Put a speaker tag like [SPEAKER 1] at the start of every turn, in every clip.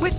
[SPEAKER 1] With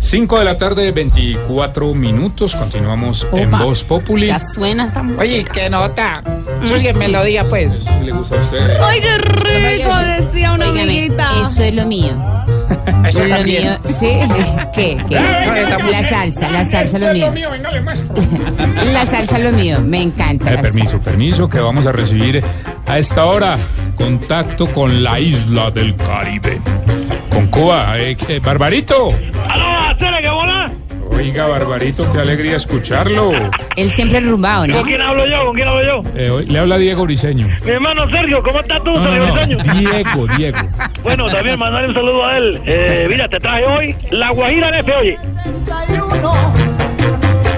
[SPEAKER 2] 5 de la tarde, 24 minutos. Continuamos en
[SPEAKER 3] Opa.
[SPEAKER 2] Voz Populi.
[SPEAKER 3] Ya suena esta música.
[SPEAKER 4] Oye, qué nota. Eso sí es melodía, pues.
[SPEAKER 2] Si le gusta a usted.
[SPEAKER 5] ¡Ay, qué rico! Decía una
[SPEAKER 3] Óigame,
[SPEAKER 5] amiguita.
[SPEAKER 3] esto es lo mío.
[SPEAKER 4] Eso
[SPEAKER 3] Lo mío.
[SPEAKER 4] también.
[SPEAKER 3] Sí, ¿qué? qué? La salsa, la salsa lo mío.
[SPEAKER 2] venga, le muestro.
[SPEAKER 3] La salsa lo mío. Me encanta. la
[SPEAKER 2] permiso,
[SPEAKER 3] salsa.
[SPEAKER 2] permiso, que vamos a recibir a esta hora contacto con la isla del Caribe. Con Cuba. Eh, eh, ¡Barbarito!
[SPEAKER 6] ¡Aló, Cere, qué bola!
[SPEAKER 2] Oiga, Barbarito, qué alegría escucharlo.
[SPEAKER 3] Él siempre rumbado, ¿no?
[SPEAKER 6] ¿Con quién hablo yo? ¿Con quién hablo yo?
[SPEAKER 2] Eh, hoy- le habla Diego Briseño.
[SPEAKER 6] Mi hermano Sergio, ¿cómo estás tú,
[SPEAKER 2] No,
[SPEAKER 6] Sergio
[SPEAKER 2] no,
[SPEAKER 6] Briseño?
[SPEAKER 2] no. Diego, Diego.
[SPEAKER 6] Bueno, también mandarle un saludo a él. Eh, mira, te traje hoy la Guajira de este, oye.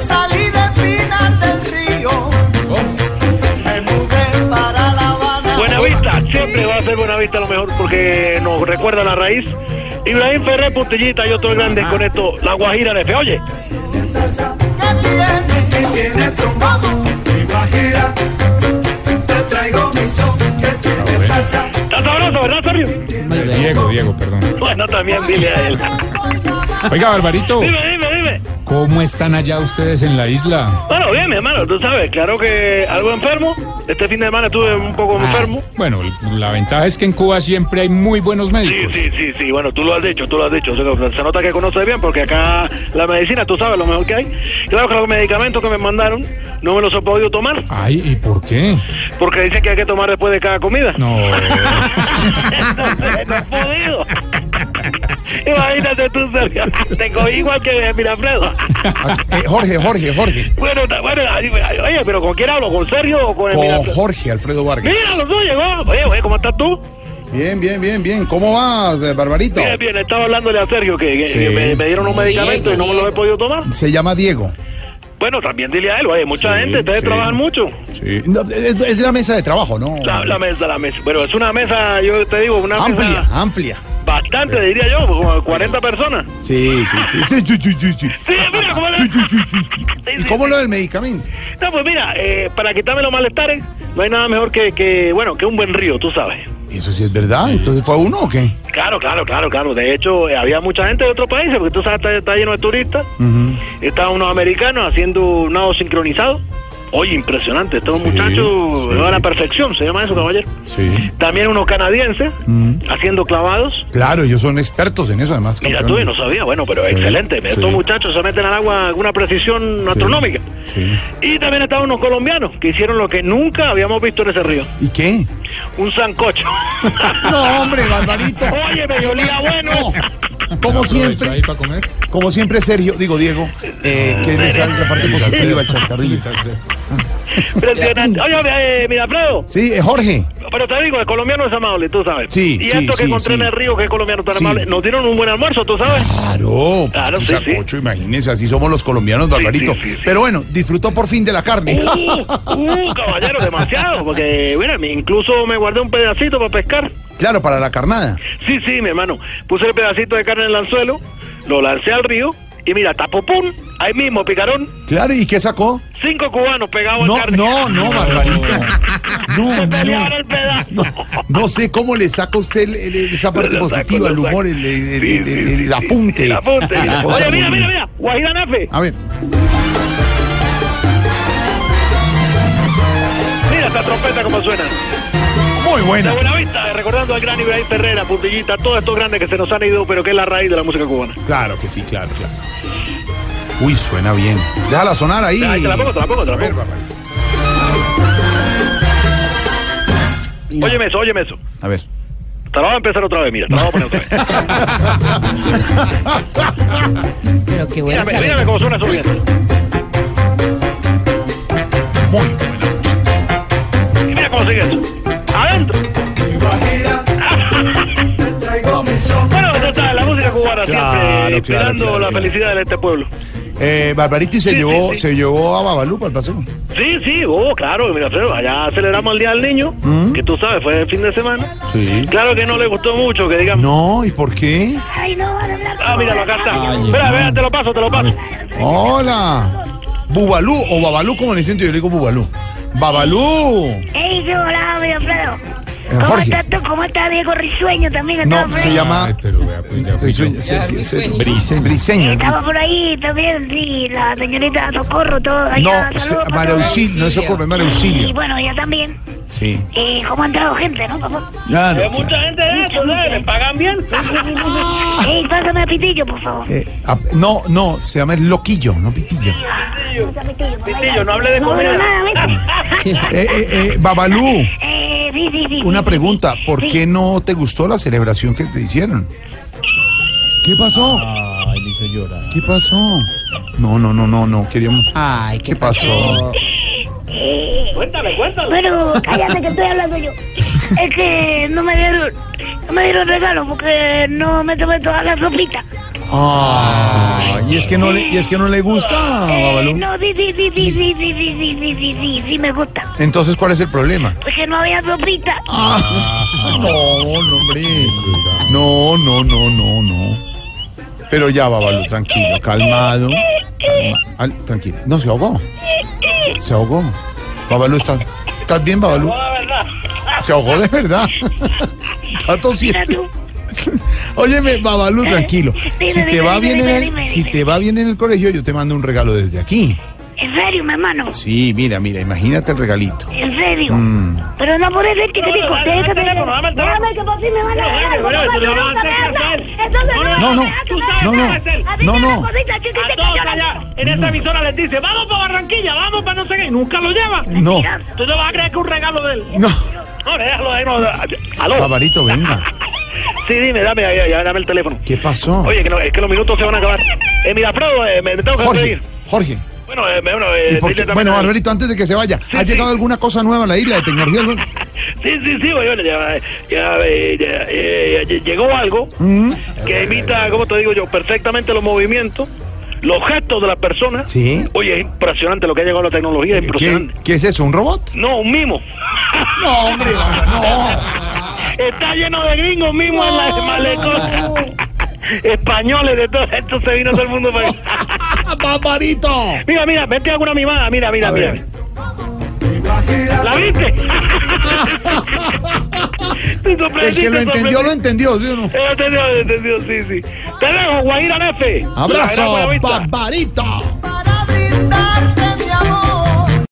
[SPEAKER 7] Salí de Pinar del Río, me mudé para La Habana.
[SPEAKER 6] Buena Vista, siempre va a ser Buena Vista lo mejor porque nos recuerda la raíz. Ibrahim Ferrer Puntillita, yo estoy grande con esto, la Guajira de este, oye.
[SPEAKER 7] Que tiene, que tiene trombado, mi bajera. Te traigo mi son, que
[SPEAKER 8] Ah,
[SPEAKER 7] tiene salsa.
[SPEAKER 6] Está sabroso, ¿verdad, Sergio?
[SPEAKER 3] Muy
[SPEAKER 2] Eh,
[SPEAKER 3] bien.
[SPEAKER 2] Diego, Diego, perdón.
[SPEAKER 6] Bueno, también dile a él.
[SPEAKER 2] Oiga, Barbarito,
[SPEAKER 6] Dime, dime, dime.
[SPEAKER 2] ¿cómo están allá ustedes en la isla?
[SPEAKER 6] Bueno, bien, mi hermano, tú sabes, claro que algo enfermo. Este fin de semana estuve un poco
[SPEAKER 8] Ah,
[SPEAKER 6] enfermo.
[SPEAKER 2] Bueno, la ventaja es que en Cuba siempre hay muy buenos
[SPEAKER 6] Sí,
[SPEAKER 2] médicos.
[SPEAKER 6] sí, sí, sí, bueno, tú lo has dicho, tú lo has dicho. O sea, se nota que conoces bien porque acá la medicina, tú sabes lo mejor que hay. Claro que los medicamentos que me mandaron no me los he podido tomar
[SPEAKER 2] Ay, ¿y por qué?
[SPEAKER 6] porque dicen que hay que tomar después de cada comida.
[SPEAKER 2] No.
[SPEAKER 6] no he podido. Imagínate tú, Sergio. Te cogí igual que Mirafredo.
[SPEAKER 8] Eh, Jorge, Jorge, Jorge.
[SPEAKER 6] bueno, ta- bueno, ay, ay, oye, pero ¿con quién hablo? ¿Con Sergio o con el
[SPEAKER 8] Con
[SPEAKER 6] Mirafredo?
[SPEAKER 8] Jorge Alfredo Vargas.
[SPEAKER 6] Mira, lo tuyo, llegó. Oye, oye, ¿cómo estás tú?
[SPEAKER 8] Bien, bien, bien, bien. ¿Cómo vas, eh, Barbarito?
[SPEAKER 6] Bien, bien, estaba hablándole a Sergio que, que-
[SPEAKER 8] Sí.
[SPEAKER 6] que me, me dieron un medicamento
[SPEAKER 3] Diego,
[SPEAKER 6] y no me los he
[SPEAKER 3] Diego.
[SPEAKER 6] podido tomar.
[SPEAKER 8] Se llama Diego.
[SPEAKER 6] Bueno, también dile a él, oye, mucha
[SPEAKER 8] Sí,
[SPEAKER 6] gente, ustedes
[SPEAKER 8] sí.
[SPEAKER 6] trabajan mucho.
[SPEAKER 8] Sí. No, es, es de la mesa de trabajo, ¿no?
[SPEAKER 6] La, la mesa, la mesa. Bueno, es una mesa, yo te digo, una
[SPEAKER 8] amplia,
[SPEAKER 6] mesa
[SPEAKER 8] amplia.
[SPEAKER 6] bastante, diría yo, como 40 personas.
[SPEAKER 8] Sí, sí, sí. Sí, sí, sí, sí, sí.
[SPEAKER 6] Sí, mira, ¿cómo le...
[SPEAKER 8] Sí, sí, sí, sí, sí.
[SPEAKER 6] Sí,
[SPEAKER 8] ¿Y
[SPEAKER 6] sí,
[SPEAKER 8] cómo
[SPEAKER 6] sí.
[SPEAKER 8] lo del medicamento?
[SPEAKER 6] No, pues mira, eh, para quitarme los malestares, no hay nada mejor que, que, bueno, que un buen río, tú sabes.
[SPEAKER 8] Eso sí es verdad. Entonces, ¿fue uno o qué?
[SPEAKER 6] Claro, claro, claro, claro. De hecho, eh, había mucha gente de otros países, porque tú sabes, está, está lleno de turistas. Estaban unos americanos haciendo un nado sincronizado. Oye, impresionante. Estos muchachos
[SPEAKER 8] sí.
[SPEAKER 6] a la perfección, se llama eso, caballero.
[SPEAKER 8] Sí.
[SPEAKER 6] También unos canadienses haciendo clavados.
[SPEAKER 8] Mm. Claro, ellos son expertos en eso, además.
[SPEAKER 6] Mira
[SPEAKER 8] campeón.
[SPEAKER 6] tú, yo no sabía. Bueno, pero
[SPEAKER 8] Sí,
[SPEAKER 6] excelente. Estos
[SPEAKER 8] sí.
[SPEAKER 6] muchachos se meten al agua con una precisión astronómica.
[SPEAKER 8] Sí.
[SPEAKER 6] Y también estaban unos colombianos que hicieron lo que nunca habíamos visto en ese río.
[SPEAKER 8] ¿Y qué?
[SPEAKER 6] Un sancocho.
[SPEAKER 8] No, hombre, Barbarito.
[SPEAKER 6] Oye, me olía bueno.
[SPEAKER 8] No. Como
[SPEAKER 2] ¿Aprovecho ahí
[SPEAKER 8] siempre,
[SPEAKER 2] para comer?
[SPEAKER 8] como siempre, Sergio, digo Diego, eh, que le sale la parte positiva al chascarrillo.
[SPEAKER 6] Impresionante. Oye, eh, mira, Alfredo,
[SPEAKER 8] Sí, eh, Jorge.
[SPEAKER 6] Pero te digo, el colombiano es amable, tú sabes.
[SPEAKER 8] Sí, sí,
[SPEAKER 6] Y esto que
[SPEAKER 8] sí,
[SPEAKER 6] encontré
[SPEAKER 8] sí.
[SPEAKER 6] en el río, que es colombiano tan
[SPEAKER 8] Sí.
[SPEAKER 6] amable, nos dieron un buen almuerzo, tú sabes.
[SPEAKER 8] Claro,
[SPEAKER 6] Claro,
[SPEAKER 8] pues,
[SPEAKER 6] sí,
[SPEAKER 8] un
[SPEAKER 6] sí.
[SPEAKER 8] sacocho, imagínese, así somos los colombianos, Barbarito.
[SPEAKER 6] sí, sí, sí.
[SPEAKER 8] Pero bueno, disfrutó por fin de la carne.
[SPEAKER 6] Uh, uh, caballero, demasiado. Porque, mira, me- incluso me guardé un pedacito para pescar.
[SPEAKER 8] claro, para la carnada.
[SPEAKER 6] Sí, sí, mi hermano. Puse el pedacito de carne en el anzuelo, lo lancé al río y mira, tapopum, ahí mismo, picarón,
[SPEAKER 8] Claro, ¿y qué sacó?
[SPEAKER 6] cinco cubanos pegados
[SPEAKER 8] No,
[SPEAKER 6] a carne.
[SPEAKER 8] no, no, Barbarito. No,
[SPEAKER 6] Se pelearon
[SPEAKER 8] no.
[SPEAKER 6] el pedazo.
[SPEAKER 8] No sé cómo le saca usted el- el- esa parte
[SPEAKER 6] Lo saco,
[SPEAKER 8] positiva, el
[SPEAKER 6] lo saco.
[SPEAKER 8] humor, el, el- el-
[SPEAKER 6] Sí,
[SPEAKER 8] el-
[SPEAKER 6] sí,
[SPEAKER 8] el-
[SPEAKER 6] sí,
[SPEAKER 8] el
[SPEAKER 6] sí.
[SPEAKER 8] apunte.
[SPEAKER 6] El apunte.
[SPEAKER 8] La cosa
[SPEAKER 6] Oye, mira,
[SPEAKER 8] muy-
[SPEAKER 6] mira, mira, Guajira Nafe.
[SPEAKER 8] A ver,
[SPEAKER 6] Mira esta trompeta como suena.
[SPEAKER 8] muy
[SPEAKER 6] De
[SPEAKER 8] buena.
[SPEAKER 6] buena vista, recordando al gran Ibrahim Ferrera, Puntillita, todos estos grandes que se nos han ido, pero que es la raíz de la música cubana.
[SPEAKER 8] Claro que sí, claro, claro. Uy, suena bien. Déjala sonar ahí.
[SPEAKER 6] Ahí te la pongo, te la pongo, te
[SPEAKER 8] A
[SPEAKER 6] la
[SPEAKER 8] ver,
[SPEAKER 6] pongo.
[SPEAKER 8] Barbarito.
[SPEAKER 3] No.
[SPEAKER 6] Óyeme eso, óyeme eso.
[SPEAKER 8] A ver.
[SPEAKER 6] Te la voy a empezar otra vez, mira, te la voy a poner otra vez.
[SPEAKER 3] Pero qué bueno.
[SPEAKER 6] Mírame, mírame cómo suena subiendo.
[SPEAKER 8] Muy buena.
[SPEAKER 6] Y mira cómo sigue esto. Adentro.
[SPEAKER 7] Mi bajera, te traigo mi son.
[SPEAKER 6] Bueno, total, la música cubana. para
[SPEAKER 8] Claro,
[SPEAKER 6] siempre,
[SPEAKER 8] claro,
[SPEAKER 6] inspirando
[SPEAKER 8] claro,
[SPEAKER 6] la
[SPEAKER 8] claro.
[SPEAKER 6] felicidad de este pueblo.
[SPEAKER 8] Eh, Barbariti se,
[SPEAKER 6] Sí, sí,
[SPEAKER 8] llevó,
[SPEAKER 6] sí.
[SPEAKER 8] se llevó a Babalú para el paseo.
[SPEAKER 6] Sí, sí, oh, claro, mira, pero allá celebramos el Día del Niño,
[SPEAKER 8] ¿Mm?
[SPEAKER 6] que tú sabes, fue el fin de semana.
[SPEAKER 8] Sí.
[SPEAKER 6] Claro que no le gustó mucho, que digamos.
[SPEAKER 8] No, ¿y por qué?
[SPEAKER 6] Ah, mira, acá está. Espera, espera, te lo paso, te lo paso.
[SPEAKER 8] Hola. Bubalú o Babalú, como le siento, yo le digo Bubalú. Babalú.
[SPEAKER 9] ¡Ey, yo, hola, mi Alfredo! ¿Cómo
[SPEAKER 8] Eh, Jorge.
[SPEAKER 9] estás tú? ¿Cómo estás, Diego Risueño? También estaba
[SPEAKER 8] No,
[SPEAKER 9] por
[SPEAKER 8] se
[SPEAKER 9] ahí.
[SPEAKER 8] llama.
[SPEAKER 6] pues,
[SPEAKER 8] Briseño.
[SPEAKER 9] Ya,
[SPEAKER 8] sí, sí,
[SPEAKER 9] Briseño.
[SPEAKER 8] Briseño. Briseño.
[SPEAKER 9] Estaba por ahí también, sí, la señorita Socorro, todo allá.
[SPEAKER 8] No, se-
[SPEAKER 9] saludos para
[SPEAKER 8] María
[SPEAKER 9] todos.
[SPEAKER 8] Auxilio, no es Socorro, es María Auxilio.
[SPEAKER 9] Y bueno, ella también.
[SPEAKER 8] Sí.
[SPEAKER 9] Eh, ¿Cómo ha entrado gente, no,
[SPEAKER 8] Claro,
[SPEAKER 9] papá? Hay
[SPEAKER 8] claro.
[SPEAKER 6] Eh, gente de eso, ¿sabes? ¿Le pagan bien?
[SPEAKER 8] Ah.
[SPEAKER 9] ¡Ey, Eh, pásame a Pitillo, por favor!
[SPEAKER 8] Eh, ah, no, no, se llama el Loquillo, no Pitillo.
[SPEAKER 6] Pitillo, no hable de
[SPEAKER 9] No,
[SPEAKER 6] comida.
[SPEAKER 9] no, nada, ¿ves?
[SPEAKER 8] Eh, eh, eh, Babalú,
[SPEAKER 9] Eh, sí, sí, sí.
[SPEAKER 8] una
[SPEAKER 9] sí,
[SPEAKER 8] pregunta.
[SPEAKER 9] sí, sí.
[SPEAKER 8] ¿Por
[SPEAKER 9] Sí.
[SPEAKER 8] qué no te gustó la celebración que te hicieron? ¿Qué pasó?
[SPEAKER 4] Ay, le hizo llorar.
[SPEAKER 8] ¿Qué pasó? No, no, no, no, no, queríamos.
[SPEAKER 4] Ay, qué,
[SPEAKER 8] ¿Qué pasó?
[SPEAKER 9] Eh,
[SPEAKER 6] Cuéntame, cuéntame.
[SPEAKER 9] Bueno, cállate que estoy hablando yo. Es que no me dieron, no me dieron regalo porque no me tomé toda la sopita.
[SPEAKER 8] Ah, y es que no le, y es que no le gusta, Ah,
[SPEAKER 9] Eh,
[SPEAKER 8] Babalú.
[SPEAKER 9] no, sí, sí, sí, sí, sí, sí, sí, sí, sí, sí, sí, sí, me gusta.
[SPEAKER 8] Entonces, ¿cuál es el problema?
[SPEAKER 9] Porque no había sopita.
[SPEAKER 8] Ah, No, no, hombre. No, no, no, no, no. Pero ya, Babalú, tranquilo, calmado.
[SPEAKER 9] Eh,
[SPEAKER 8] calma- al- tranquilo. No, se ahogó. Se ahogó. Babalú, ¿estás, ¿estás bien, Babalú? Se ahogó de verdad. Está tosiendo. Óyeme, Babalú, tranquilo.
[SPEAKER 9] Eh, Dime,
[SPEAKER 8] Si te
[SPEAKER 9] dime,
[SPEAKER 8] va
[SPEAKER 9] dime,
[SPEAKER 8] bien en
[SPEAKER 9] dime,
[SPEAKER 8] el,
[SPEAKER 9] dime,
[SPEAKER 8] si
[SPEAKER 9] dime.
[SPEAKER 8] te va bien en el colegio, yo te mando un regalo desde aquí.
[SPEAKER 9] En serio, mi hermano.
[SPEAKER 8] Sí, mira, mira, imagínate el regalito.
[SPEAKER 9] En serio.
[SPEAKER 8] Mm.
[SPEAKER 9] Pero no puede ser que te digo, déjame déjame, déjame que por fin me van a dar algo,
[SPEAKER 6] Bueno,
[SPEAKER 9] papá,
[SPEAKER 6] bueno,
[SPEAKER 9] que
[SPEAKER 6] bueno,
[SPEAKER 9] nunca me
[SPEAKER 6] bueno,
[SPEAKER 9] dan nada.
[SPEAKER 6] bueno,
[SPEAKER 9] Entonces
[SPEAKER 6] bueno,
[SPEAKER 8] No, no,
[SPEAKER 6] Tú sabes
[SPEAKER 8] no,
[SPEAKER 6] cómo
[SPEAKER 8] no,
[SPEAKER 6] es él.
[SPEAKER 9] A ti
[SPEAKER 8] no,
[SPEAKER 9] te dan
[SPEAKER 8] no.
[SPEAKER 9] cositas chiquitas
[SPEAKER 6] A
[SPEAKER 9] que
[SPEAKER 6] todos
[SPEAKER 9] lloran.
[SPEAKER 6] allá en esta emisora les dice, vamos para Barranquilla, vamos para no sé qué, y nunca lo lleva.
[SPEAKER 8] No,
[SPEAKER 6] Tú te vas a creer que un regalo de él.
[SPEAKER 8] no.
[SPEAKER 6] No, déjalo ahí. No, ¿Aló?
[SPEAKER 8] Babarito, venga.
[SPEAKER 6] Sí, dime, dame, ahí, ahí, dame el teléfono.
[SPEAKER 8] ¿Qué pasó?
[SPEAKER 6] Oye, que, no- es que los minutos se van a acabar. Eh, mira, Prado, eh, me, me tengo que
[SPEAKER 8] Jorge,
[SPEAKER 6] despedir.
[SPEAKER 8] Jorge.
[SPEAKER 6] Bueno, eh, bueno, eh,
[SPEAKER 8] ¿Y por
[SPEAKER 6] dile
[SPEAKER 8] qué?
[SPEAKER 6] también
[SPEAKER 8] Bueno,
[SPEAKER 6] a-
[SPEAKER 8] Barbarito, antes de que se vaya, ¿ha
[SPEAKER 6] sí.
[SPEAKER 8] llegado alguna cosa nueva a la isla de tecnología? ¿Algo?
[SPEAKER 6] Sí, sí, sí, bueno, ya, ya, eh, ya, eh, ya llegó algo
[SPEAKER 8] Mm,
[SPEAKER 6] que imita, como te digo yo, perfectamente los movimientos, los gestos de las personas.
[SPEAKER 8] Sí.
[SPEAKER 6] Oye, es impresionante lo que ha llegado la tecnología, es
[SPEAKER 8] ¿Qué,
[SPEAKER 6] impresionante.
[SPEAKER 8] qué es eso? ¿Un robot?
[SPEAKER 6] No, un mimo.
[SPEAKER 8] No, hombre,
[SPEAKER 6] Ah.
[SPEAKER 8] no.
[SPEAKER 6] Está lleno de gringos mimos en las malecotas. Españoles de todo esto se vino todo el mundo para acá.
[SPEAKER 8] Ah, ¡Barbarito!
[SPEAKER 6] Mira, mira, vete a alguna mimada, mira, mira,
[SPEAKER 8] A
[SPEAKER 6] mira.
[SPEAKER 8] ver.
[SPEAKER 6] ¿La viste? Te
[SPEAKER 8] El
[SPEAKER 6] sorprendiste,
[SPEAKER 8] que lo entendió, lo
[SPEAKER 6] sorprendiste.
[SPEAKER 8] entendió, ¿sí o no?
[SPEAKER 6] He entendido, he entendido, sí, sí. Te dejo, Guajira Nefe.
[SPEAKER 8] ¡Abrazo,
[SPEAKER 6] Guajira Buenavista.
[SPEAKER 8] Barbarito!